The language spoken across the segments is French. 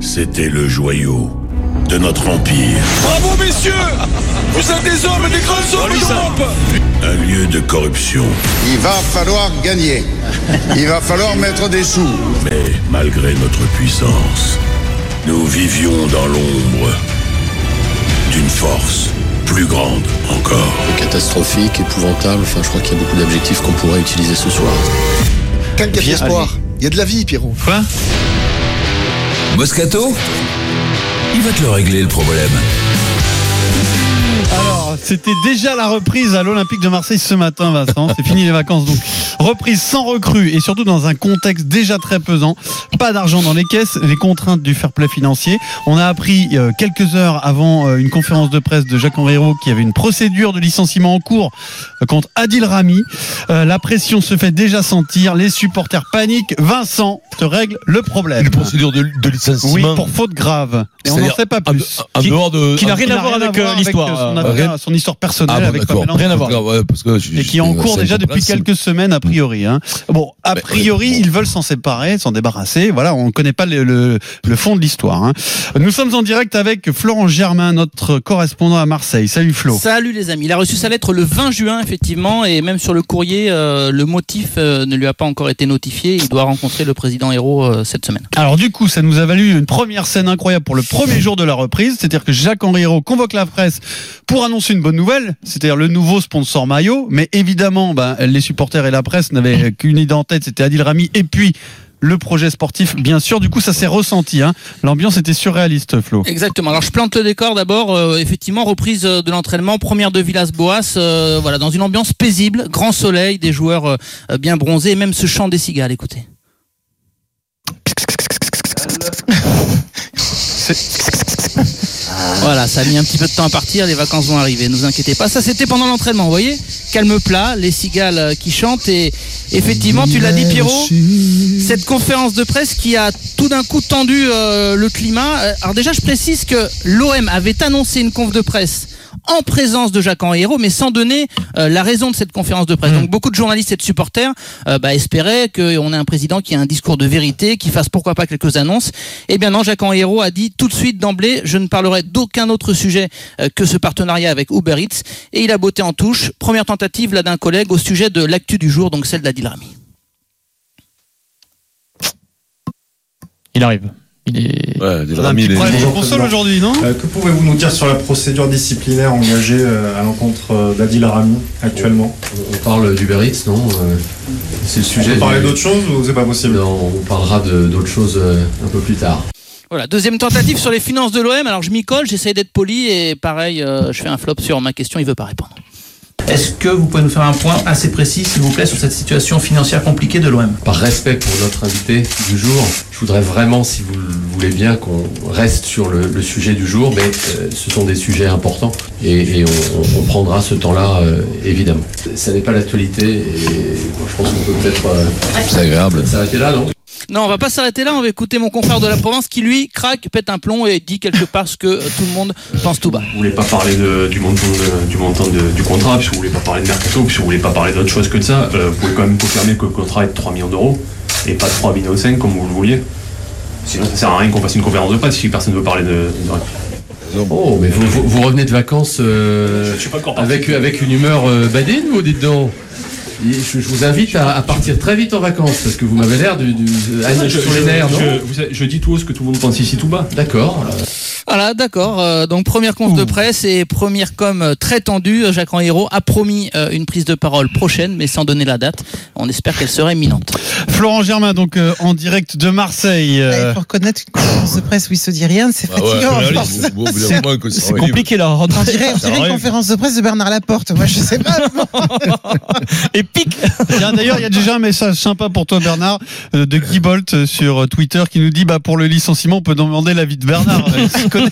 C'était le joyau de notre empire. Bravo, messieurs Vous êtes des hommes, des grands hommes d'Europe Un lieu de corruption. Il va falloir gagner. Il va falloir mettre des sous. Mais malgré notre puissance, nous vivions dans l'ombre d'une force plus grande encore. Catastrophique, épouvantable, enfin je crois qu'il y a beaucoup d'objectifs qu'on pourrait utiliser ce soir. T'inquiète, espoir. Il y a de la vie, Pierrot. Quoi Moscato Il va te le régler le problème. Alors, c'était déjà la reprise à l'Olympique de Marseille ce matin, Vincent. C'est fini les vacances donc. Reprise sans recrue et surtout dans un contexte déjà très pesant. Pas d'argent dans les caisses, les contraintes du fair play financier. On a appris euh, quelques heures avant euh, une conférence de presse de Jacques Henriot qu'il y avait une procédure de licenciement en cours euh, contre Adil Rami. Euh, la pression se fait déjà sentir, les supporters paniquent. Vincent te règle le problème. Une procédure de, de licenciement. Oui, pour faute grave. Et on n'en C'est-à-dire sait pas en- plus. en Qui- dehors de. qui n'a en- rien à voir avec euh, l'histoire, euh, son, rien- affaire, son histoire personnelle Ah bon, avec d'accord. Pamela Rien à Anderson. voir. Ouais, parce que je- Et qui est en je- cours c'est déjà depuis compréhensible. quelques semaines, a priori. hein. Bon, a Mais- priori, ils veulent s'en séparer, s'en débarrasser. Voilà, on ne connaît pas le, le- le fond de l'histoire. hein. Nous sommes en direct avec Florent Germain, notre correspondant à Marseille. Salut Flo. Salut les amis. Il a reçu sa lettre le 20 juin, effectivement, et même sur le courrier, euh, le motif euh, ne lui a pas encore été notifié. Il doit rencontrer le président Hérault euh, cette semaine. Alors du coup, ça nous a valu une première scène incroyable pour le premier jour de la reprise, c'est-à-dire que Jacques Henri Hérault convoque la presse pour annoncer une bonne nouvelle, c'est-à-dire le nouveau sponsor maillot, mais évidemment, ben, les supporters et la presse n'avaient qu'une idée en tête, c'était Adil Rami, et puis le projet sportif, bien sûr, du coup ça s'est ressenti, hein. l'ambiance était surréaliste, Flo. Exactement. Alors je plante le décor d'abord. euh, effectivement, reprise euh, de l'entraînement, première de Villas-Boas. euh, voilà, dans une ambiance paisible, grand soleil, des joueurs euh, euh, bien bronzés, et même ce chant des cigales. Écoutez. Voilà, ça a mis un petit peu de temps à partir, les vacances vont arriver, ne vous inquiétez pas. Ça, c'était pendant l'entraînement, vous voyez Calme plat, les cigales euh, qui chantent, et effectivement, tu l'as dit, Pierrot, cette conférence de presse qui a tout d'un coup tendu euh, le climat. Euh, Alors déjà, je précise que l'OM avait annoncé une conf de presse en présence de Jacques Henriot, mais sans donner euh, la raison de cette conférence de presse. Donc beaucoup de journalistes et de supporters euh, bah, espéraient qu'on ait un président qui ait un discours de vérité, qui fasse pourquoi pas quelques annonces. Eh bien non, Jacques Henriot a dit tout de suite d'emblée, je ne parlerai d'aucun autre sujet euh, que ce partenariat avec Uber Eats. Et il a botté en touche. Première tentative là d'un collègue au sujet de l'actu du jour, donc celle d'Adil Rami. Il arrive. Il est... Ouais, déjà, On a un mis petit les- problème de Bonjour, console Flo. aujourd'hui, non Euh, que pouvez-vous nous dire sur la procédure disciplinaire engagée euh, à l'encontre euh, d'Adil Rami actuellement On parle d'Uber Eats, non Euh, C'est le On sujet. peut parler du- d'autre chose ou c'est pas possible Non, on parlera de- d'autres choses euh, un peu plus tard. Voilà, deuxième tentative sur les finances de l'OM. Alors je m'y colle, j'essaye d'être poli et pareil, euh, je fais un flop sur ma question, il veut pas répondre. Est-ce que vous pouvez nous faire un point assez précis, s'il vous plaît, sur cette situation financière compliquée de l'OM Par respect pour notre invité du jour, je voudrais vraiment, si vous le voulez bien, qu'on reste sur le, le sujet du jour, mais euh, ce sont des sujets importants et, et on, on- on prendra ce temps-là, euh, évidemment. Ça n'est pas l'actualité et moi, je pense qu'on peut peut-être euh, C'est agréable. s'arrêter là, non Non, on va pas s'arrêter là, on va écouter mon confrère de la Provence qui lui craque, pète un plomb et dit quelque part ce que euh, tout le monde pense tout bas. Vous voulez pas parler de- du montant, de- du, montant de- du contrat, puisque vous voulez pas parler de mercato, puisque vous voulez pas parler d'autre chose que de ça, euh, vous pouvez quand même confirmer que le contrat est de 3 millions d'euros et pas de 3 millions 5 comme vous le vouliez. Sinon ça sert à rien qu'on fasse une conférence de presse si personne ne veut parler de. de... Oh, mais vous, vous- vous revenez de vacances euh, Je suis pas encore parti. avec, avec une humeur euh, badine, vous dites donc Et je, je vous invite à, à partir très vite en vacances parce que vous m'avez l'air du, euh, du- Je, sur les nerfs, je- non je- vous savez, je dis tout haut ce que tout le monde pense ici tout bas. D'accord. Voilà, d'accord. Euh, donc première conf de presse et première com euh, très tendue. Jacques Henriot a promis euh, une prise de parole prochaine, mais sans donner la date. On espère qu'elle sera imminente. Florent Germain, donc euh, en direct de Marseille. euh, Il faut reconnaître qu'une conférence de presse où il se dit rien, c'est Ah ouais, fatigant. allez, Enfin, vous- vous- vous- au moins que ça arrive. là. on dirait, on Ça dirait une arrive. conférence de presse de Bernard Laporte. Moi, je sais pas. Épique Tiens, D'ailleurs, il y a déjà un message sympa pour toi, Bernard, euh, de Guy Bolt euh, sur euh, Twitter qui nous dit bah, pour le licenciement, on peut demander l'avis de Bernard. Euh, il s'y connaît.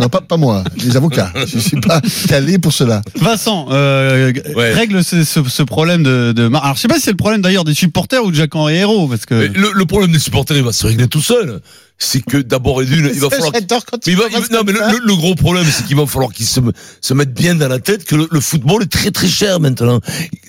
Non, pas, pas moi, les avocats. Je suis pas calé pour cela. Vincent, euh, Ouais. règle ce, ce- ce problème de, de. Mar- Alors, je sais pas si c'est le problème d'ailleurs des supporters ou de Jacques Henri Hérault, parce que. Mais le, le problème des supporters, il va se régler tout seul. c'est que d'abord et d'une, il va Ça, falloir. j'adore quand tu Mais il va- commences non, comme mais le, ça. le- le gros problème, c'est qu'il va falloir qu'ils se, se mettent bien dans la tête que le, le football est très très cher maintenant.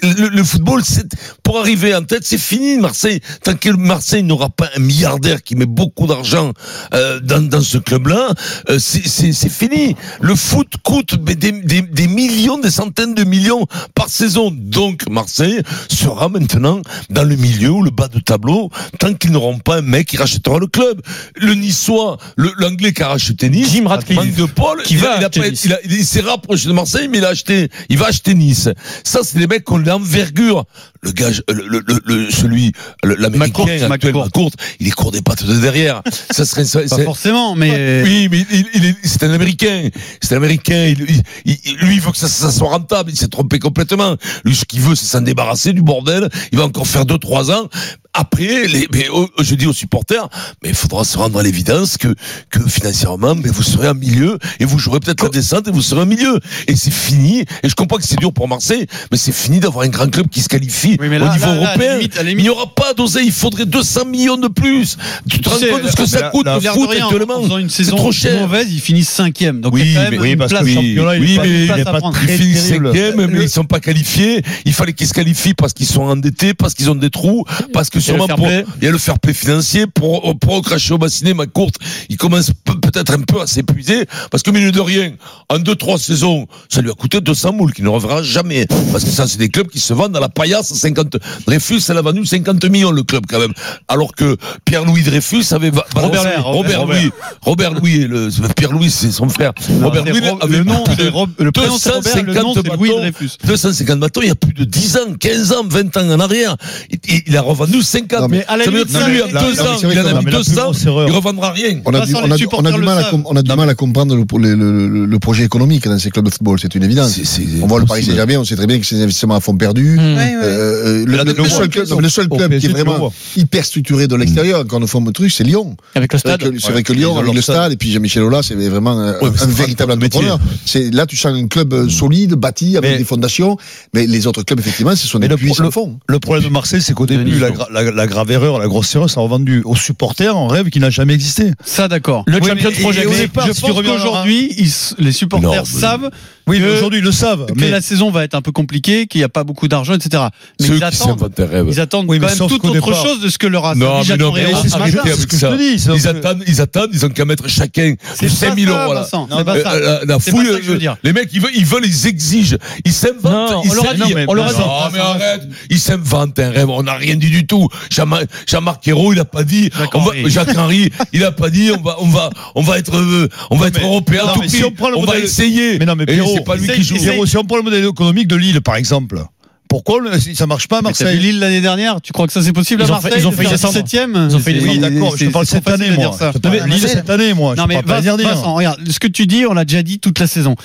Le, le football, c'est pour arriver en tête, c'est fini Marseille. Tant que Marseille n'aura pas un milliardaire qui met beaucoup d'argent euh, dans, dans ce club-là, euh, c'est- c'est c'est fini. Le foot coûte mais des, des- des millions, des centaines de millions par saison. Donc Marseille sera maintenant dans le milieu ou le bas de tableau tant qu'ils n'auront pas un mec qui rachètera le club. Le Niçois, le- l'anglais qui a racheté Nice, Jim Ratcliffe, de Paul, qui il, va a- il a acheter pas- Nice. il a- il s'est rapproché de Marseille, mais il a acheté, il va acheter Nice. Ça, c'est des mecs qui ont de l'envergure. Le gars, le, le- le- le- celui, le- l'américain actuel, McCourt, il est court des pattes de derrière. ça serait, ça- Pas c'est- forcément, mais- oui, mais il, il est- c'est un américain. C'est un américain. Il- il- il- lui, il veut que ça, ça soit rentable. Il s'est trompé complètement. Lui, ce qu'il veut, c'est s'en débarrasser du bordel. Il va encore faire deux, trois ans. Après, les, mais, oh, je dis aux supporters, mais il faudra se rendre à l'évidence que, que financièrement, mais vous serez un milieu et vous jouerez peut-être la descente et vous serez un milieu. Et c'est fini. Et je comprends que c'est dur pour Marseille, mais c'est fini d'avoir un grand club qui se qualifie mais là- au niveau là- là, à la européen. limite- à il la limite- n'y aura pas d'oseille. Il faudrait 200 millions de plus. Tu te rends sais, compte de ce que mais ça là- coûte là, le l'air de foot rien, actuellement En faisant une C'est saison trop cher. mauvaise, ils finissent cinquième. Donc il Oui, y a quand même mais, oui, une parce place que- championnat, oui, une place- mais une place à prendre. ils finissent cinquième, mais ils sont pas qualifiés. Il fallait qu'ils se qualifient parce qu'ils sont endettés, parce qu'ils ont des trous, parce que Il y a le sûrement fair pour, play. il y a le fair play financier pour, pour cracher au bassinet, ma courte. Ils commencent pe- peut-être un peu à s'épuiser parce que milieu de rien, en deux, trois saisons, ça lui a coûté 200 moules qu'il ne reverra jamais. Parce que ça, c'est des clubs qui se vendent à la paillasse à 50, Dreyfus, elle a vendu 50 millions, le club, quand même. Alors que Pierre-Louis Dreyfus avait, va- Robert balancé- Lair, Robert. Robert Louis, Robert Louis, et le, Pierre-Louis, c'est son frère. Robert c'est Louis Ro- avait le nom, plus de c'est Rob- le prénom, c'est Robert, le nom, 250 c'est Louis bâtons. 250 bâtons, il y a plus de 10 ans, 15 ans, 20 ans en arrière. Il, il- il a revendu 50. Non, mais à la Ça veut limite, dire que non, lui, mais il y la- a 2 non, mais ans, c'est vrai il en que- a non, mis mais la plus 200, grosse il revendra rien. On a, du, on a du- on a du mal, à, com- on a du mal à comprendre le, pro- le- le- le- le projet économique dans ces clubs de football, c'est une évidence. on voit le Paris Saint-Germain, on sait très bien que c'est des investissements à fonds perdus. Euh, euh, le, Mais la le- le Donnarumma, seul club, non, mais le seul au club qui PSG, est tu le vraiment vois. hyper structuré de l'extérieur, quand on fait un truc, c'est Lyon. Ah, Avec le C'est vrai stade. que- C'est vrai que Ouais, Lyon, ils ont avec leur le stade. stade, et puis Jean-Michel Aulas, c'est vraiment euh, Ouais, mais c'est un pas véritable leur métier. Mmh. entrepreneur. C'est- Là, tu sens un club euh, solide, bâti, avec des fondations, mais les autres clubs, effectivement, ce sont des Mais le, puits pro- sans le- fond. le problème de Marseille, c'est qu'au début, la, gra- la- la grave erreur, la grosse erreur, ça a revendu aux supporters un rêve qui n'a jamais existé. Ça, d'accord. Le Champions Project. Mais je pense qu'aujourd'hui, ils s- les supporters savent Oui, mais que- aujourd'hui, ils le savent. que la saison va être un peu compliquée, qu'il n'y a pas beaucoup d'argent, etc. Mais Ceux ils qui attendent, s'inventent des rêves. ils attendent Oui, mais quand même sauf toute qu'au autre départ- chose de ce que leur a Non, dit mais Jacques non, mais Torreira. arrêtez Arrêtez avec ce que ça. je te dis, sauf Ils que- attendent, ils attendent, ils ont qu'à mettre chacun C'est pas 5000 ça, euros là. Vincent, c'est pas ça. Euh, La, la C'est pas fouille, ça que je veux dire. les mecs, ils veulent, ils veulent, ils exigent, ils s'inventent, ils on leur a dit, s'habillent. on leur a dit. Non, mais arrête, ils s'inventent un rêve. On n'a rien dit du tout. Jean-Ma- Jean-Marc Ayrault, il a pas dit. on va- Henry. Jacques Henry, il a pas dit. On va, on va, on va être, euh, on va être européen. à Non, tout mais prix. si on prend le va modèle- essayer. Mais non, mais Et Pierrot, c'est pas lui qui joue. Pierrot, si on prend le modèle économique de Lille, par exemple, pourquoi le- si ça marche pas à Mais t'as vu Marseille Lille l'année dernière Tu crois que ça c'est possible à Ils ont fait- Marseille ils ont de fait faire descendre. 17e? Ils ont fait C'est- descendre. Oui, d'accord, c'est- je te parle c'est trop cette année, facile de moi. dire ça. Je te parle de Lille cette année, moi. Oh, Je Non, te mais parle pas de l'année Vincent, dernière. Vincent, regarde, ce que tu dis, on l'a déjà dit toute la saison.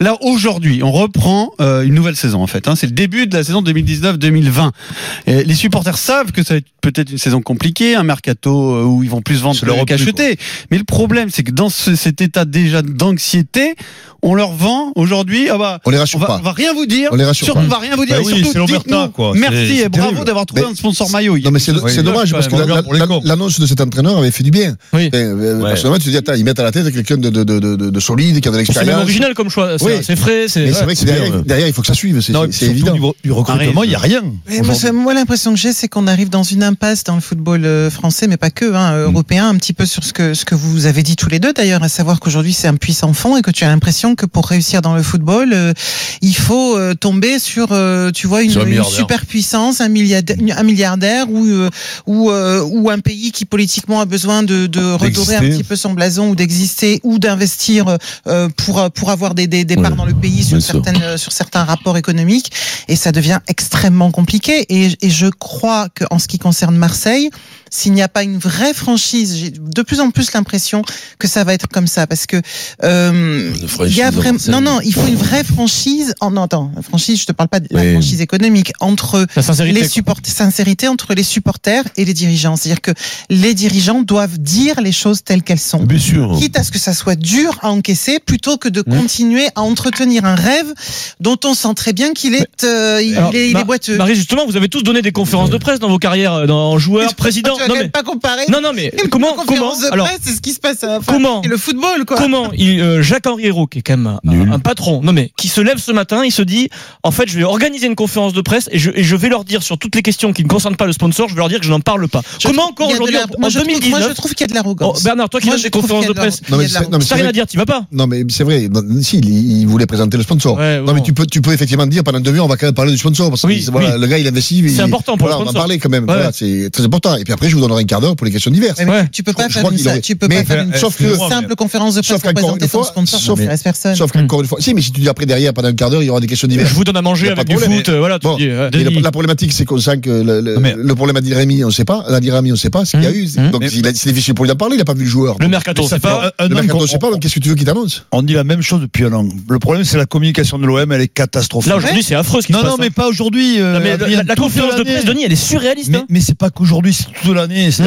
Là, aujourd'hui, on reprend euh, une nouvelle saison, en fait. hein. C'est le début de la saison 2019-2020. Et Les supporters savent que ça va être peut-être une saison compliquée, un mercato euh, où ils vont plus vendre Ça leur que- a plu, qu'acheter. Mais le problème, c'est que dans ce- cet état déjà d'anxiété, on leur vend aujourd'hui. Ah bah, On les rassure va, pas. On va rien vous dire. On les rassure surtout, pas. on va rien vous dire. Bah et oui, c'est surtout, l'Omerta, dites-nous quoi. C'est- Merci et c'est bravo terrible. d'avoir trouvé Mais- un sponsor maillot. Non mais c'est Oui. c'est dommage parce que la- la- la- l'annonce de cet entraîneur avait fait du bien. euh, Oui. Personnellement, tu te dis attends, ils mettent à la tête quelqu'un de, de, de, de, de solide, qui a de C'est l'expérience. même original comme choix, c'est- c'est frais, c'est- Mais c'est ouais, vrai que c'est derrière, euh, bien, ouais. derrière, il faut que ça suive, c'est Non, et c'est- puis c'est surtout, évident. au niveau du recrutement, il y a rien. Mais moi, ça- moi, l'impression que j'ai, c'est qu'on arrive dans une impasse dans le football euh, français, mais pas que, hein, européen, un petit peu sur ce que, ce que vous avez dit tous les deux d'ailleurs, à savoir qu'aujourd'hui c'est un puits sans fond et que tu as l'impression que pour réussir dans le football, euh, il faut euh, tomber sur, euh, tu vois, une, Sur un une milliardaire. superpuissance, un milliardaire, un milliardaire ou, euh, ou, euh, ou un pays qui politiquement a besoin de, de redorer un D'exister. petit peu son blason ou d'exister ou d'investir euh, pour, euh, pour avoir des, des, des parts dans le pays sur, certaines, euh, sur certains rapports économiques et ça devient extrêmement compliqué. Et, et je crois qu'en ce qui concerne Marseille, s'il n'y a pas une vraie franchise, j'ai de plus en plus l'impression que ça va être comme ça parce que euh, il y a franchise à vraiment Marseille. non non il faut une vraie franchise. En non, attends, franchise, je te parle pas de la Oui. franchise économique entre La sincérité, les quoi. supporters, sincérité entre les supporters et les dirigeants. C'est-à-dire que les dirigeants doivent dire les choses telles qu'elles sont. Bien sûr. Quitte à ce que ça soit dur à encaisser, plutôt que de continuer à entretenir un rêve dont on sent très bien qu'il est, euh, il, Alors, est, il est Ma- boiteux. Marie, justement, vous avez tous donné des conférences de presse euh, dans vos carrières, euh, dans joueurs, président. tu vas non, quand mais- même pas comparer. Non, non, mais une comment- conférence comment- de alors, presse, c'est ce qui se passe. à- enfin, Comment et le football, quoi. Comment il, euh, Jacques-Henri Hérault, qui est quand même un, un patron, non mais qui se lève ce matin, il se dit en fait, je vais organiser une conférence de presse et je, et je vais leur dire sur toutes les questions qui ne concernent pas le sponsor, je vais leur dire que je n'en parle pas. Comment encore Il y a de aujourd'hui la- en, moi, en je trouve- 2019 moi, je trouve qu'il y a de l'arrogance. Oh, Bernard, toi qui Moi, donnes je des trouve conférences de qu'il y a de presse, l'arrogance. Non, mais c'est- non, mais t'as c'est rien vrai à dire, tu vas pas. Non, mais c'est vrai. Non, si, il, il voulait présenter le sponsor. Non, mais tu peux, tu peux effectivement dire pendant une demi-heure, on va quand même parler du sponsor. Parce que Oui, voilà, oui. le gars, il investit. C'est il- important pour le voilà, On va sponsor. parler quand même. Ouais. Voilà, c'est très important. Et puis après, je vous donnerai un quart d'heure pour les questions diverses. Tu peux pas Je faire crois une, qu'il ça- aurait- tu peux mais- pas faire une euh, sauf que- simple conférence de presse Sauf pour qu'encore présenter une ton fois, sponsor, ça sauf, intéresse personne. Hmm. sauf qu'encore une fois, si, mais si tu dis après derrière pendant un quart d'heure, il y aura des questions diverses. Je vous donne à manger Il y a pas avec de du problème. foot, euh, voilà, tu Bon, dis, euh, mais Denis. la, la problématique, c'est qu'on sent que le, le, le problème à Rami, on ne sait pas. À Rami, on ne sait pas ce qu'il y a eu. Donc il a- c'est difficile pour lui d'en parler. Il n'a pas vu le joueur. Le mercato, Mais ça c'est fait pas. un- un Le homme mercato, qu'on- je sais pas, donc qu'est-ce que tu veux qu'il t'annonce On dit la même chose depuis un an. Le problème, c'est la communication de l'OM, elle est catastrophique. Là, aujourd'hui, c'est affreux ce qui non, se passe, Non, mais hein. pas aujourd'hui. euh, Non, mais la- Adrien, la- la toute conférence de l'année. presse, Denis, elle est surréaliste, Mais, hein. Mm. mais c'est pas qu'aujourd'hui, c'est toute l'année. C'est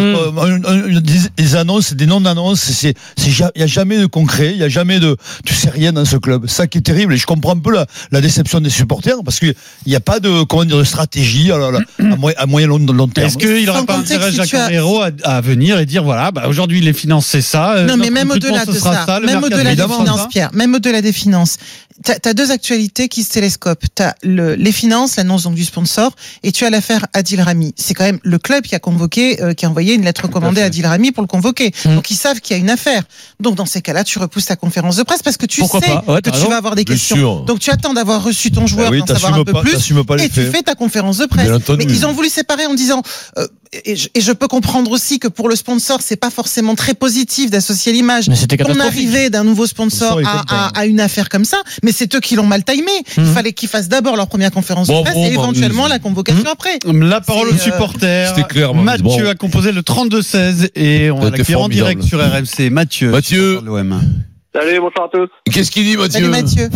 des, des annonces, des non-annonces. c'est- c'est ja- Il n'y a jamais de concret. Il n'y a jamais de. Tu sais rien dans ce club. Ça qui est terrible. Et je comprends un peu la, la déception des supporters parce qu'il n'y a pas de, comment dire, de stratégie à, la- la- à moyen, à moyen long, long terme. Est-ce qu'il n'aurait pas intérêt, Jacques Herrero, à, à venir et dire voilà, bah, aujourd'hui les finances c'est ça. euh, Non, mais notre même recrutement, au-delà ce de sera ça, le même mercato, au-delà des évidemment, finances, ça. Pierre, même au-delà des finances, t'as as deux actualités qui se télescopent. T'as le, les finances, l'annonce donc du sponsor, et tu as l'affaire Adil Rami. C'est quand même le club qui a convoqué, euh, qui a envoyé une lettre recommandée à Adil Rami pour le convoquer. Mm. Donc ils savent qu'il y a une affaire. Donc dans ces cas-là, tu repousses ta conférence de presse parce que tu Pourquoi sais pas Ouais, que t'as tu raison. Bah vas avoir des Bien questions. sûr. Donc tu attends d'avoir reçu ton joueur, oui, d'en savoir t'assumes un peu pas- plus, t'assumes pas les et tu faits. fais ta conférence de presse. Bien entendu. Mais ils Mm. ont voulu séparer en disant. euh, et, je, et je peux comprendre aussi que pour le sponsor, c'est pas forcément très positif d'associer l'image. Mais c'était Ton catastrophique. arrivée d'un nouveau sponsor Sponsor, il à, compte pas. à- à une affaire comme ça, mais c'est eux qui l'ont mal timé. Il Mhm. fallait qu'ils fassent d'abord leur première conférence Bon, de presse bon, et bon, éventuellement oui. la Mhm. convocation après. La parole aux C'est, euh, supporters. c'était clair, mais Mathieu bon. a composé le 32-16 et on va C'était l'accueillir en direct formidable. sur RMC. Mathieu. Mathieu. L'OM. Salut, bonsoir à tous. Qu'est-ce qu'il dit, Mathieu Salut, Mathieu.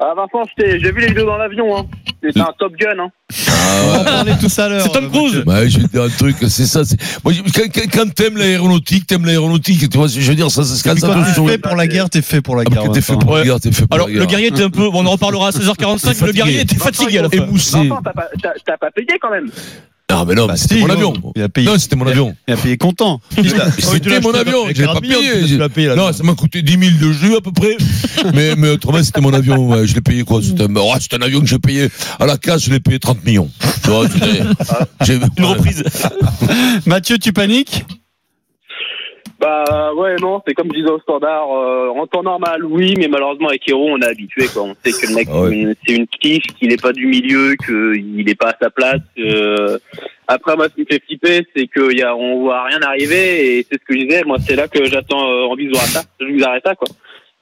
Ah, Vincent, je t'ai- j'ai vu les vidéos dans l'avion. Hein. C'était un Top Gun. Hein. Ah, ouais. tout à l'heure. C'est Tom Cruise. Bah, Ouais, Bah, je vais te dire un truc, c'est ça. c'est- Moi, je- quand quand, quand t'aimes l'aéronautique, t'aimes l'aéronautique. Tu vois, je veux dire, ça, c'est Et quand puis ça quand te tu sourit. es fait pour la guerre, t'es fait pour la guerre. que t'es fait pour la guerre, t'es fait pour hein. Alors, la guerre. le guerrier était un peu. On en reparlera à 16h45. Le Fatigué. guerrier était Vincent, fatigué à la fin. Émoussé. Vincent, t'as pas, t'as- t'as pas payé quand même. Ah, mais non, mais c'était si, mon non. avion. Non, c'était mon avion. Il a payé content. C'était mon avion, j'ai pas payé. j'ai- Non, ça m'a coûté 10 000 de jus à peu près. mais, mais autrement, c'était mon avion. ouais, je l'ai payé quoi C'était un... oh, c'était un avion que j'ai payé à la casse, je l'ai payé 30 millions. Tu vois, c'était- j'ai- Une reprise. Mathieu, tu paniques Bah ouais, non, c'est comme je disais au standard. euh, en temps normal, oui, mais malheureusement, avec Hero, on est habitué. Quoi. On sait que le mec, Ah ouais. une- c'est une quiche, qu'il n'est pas du milieu, qu'il n'est pas à sa place. euh. Après, moi, ce qui me fait flipper, c'est qu'on ne voit rien arriver. Et c'est ce que je disais. Moi, c'est là que j'attends euh, en visant à ça. Je vous arrête ça, quoi.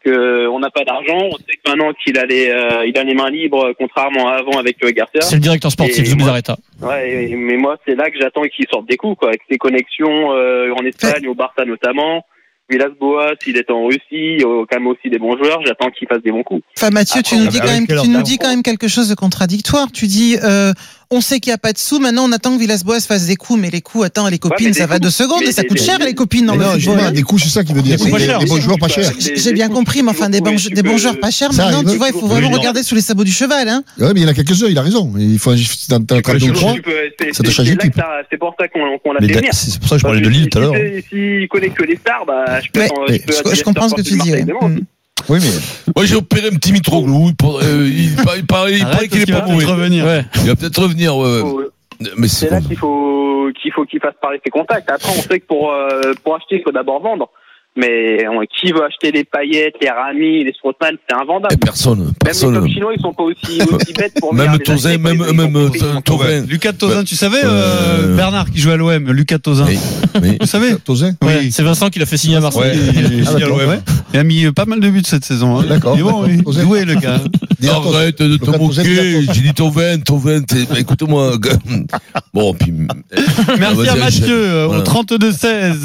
Que on n'a pas d'argent. On sait que maintenant qu'il a, les, euh, il a les mains libres, contrairement à avant avec euh, Garcia. C'est le directeur sportif, Et je vous hein. moi, arrête. Ouais, et- mais moi, c'est là que j'attends qu'il sorte des coups, quoi, avec ses connexions euh, en Espagne, au Barça notamment. Villas-Boas, il est en Russie, il y a quand même aussi des bons joueurs, j'attends qu'il fasse des bons coups. Enfin, Mathieu, tu Ah, Attends, nous dis mais quand Ah, avec même, quel tu nous ordre dis quand même quelque chose de contradictoire. Tu dis, euh, on sait qu'il n'y a pas de sous. Maintenant, on attend que Villas-Boas fasse des coups, mais les coups, attends, les copines, mais des ça va coups. deux secondes Mais et ça des- coûte des- cher des- les copines dans Mais le non, je football. vois, des coups, c'est ça qu'il veut dire. Des coups pas c'est chers. Des bons joueurs pas chers. J'ai j'ai bien compris, mais enfin, des bons, des bons joueurs pas chers. Ça, Maintenant, il tu veut- vois, il faut Oui, vraiment non. regarder sous les sabots du cheval, hein. Ouais, mais il y en a quelques-uns, il a raison. Il faut juste en en attraper deux ou trois. Tu peux- c'est- Ça te c'est- change c'est d'équipe. là que ça- C'est pour ça qu'on qu'on l'a Mais fait t'as- venir. c'est pour ça que je parlais Parce de que Lille si- tout à l'heure. si- S'il connaît que les stars, bah, je peux. Mais- attendre- mais peux je- attirer je comprends ce que Sporting tu Mm. dis, Marseille ouais. demain. Oui, mais. Moi, j'ai opéré un petit Mitroglou. Il, pour- euh, il, par- il paraît- il Arrête, paraît qu'il parce est qu'il pas va mauvais. peut-être revenir. Ouais. Il va peut-être revenir. ouais, ouais. euh, Mais c'est C'est là bon. qu'il faut qu'il faut qu'il fasse parler ses contacts. Après, on sait que pour euh, pour acheter, il faut d'abord vendre. Mais on- qui veut acheter les paillettes, les Rami, les Strootman, c'est invendable. Eh, personne, personne. Même les clubs chinois, ils sont pas aussi, aussi bêtes pour venir Même les Tauzin, acheter. même, même euh, Thauvin. Lucas Tozin, tu savais, euh, Bernard qui joue à l'OM, Lucas Tozin. Vous savez euh, Oui. C'est Vincent qui l'a fait signer à Marseille. Ouais. Il, a mis euh, pas mal de buts cette saison. D'accord. doué le gars. Arrête de te moquer. J'ai dit Tauvin, Tauvin. t'es- Écoute-moi. gars. Bah, Bon, puis. Merci à Vas-y, Mathieu enchaîne. euh, au Voilà. 32-16.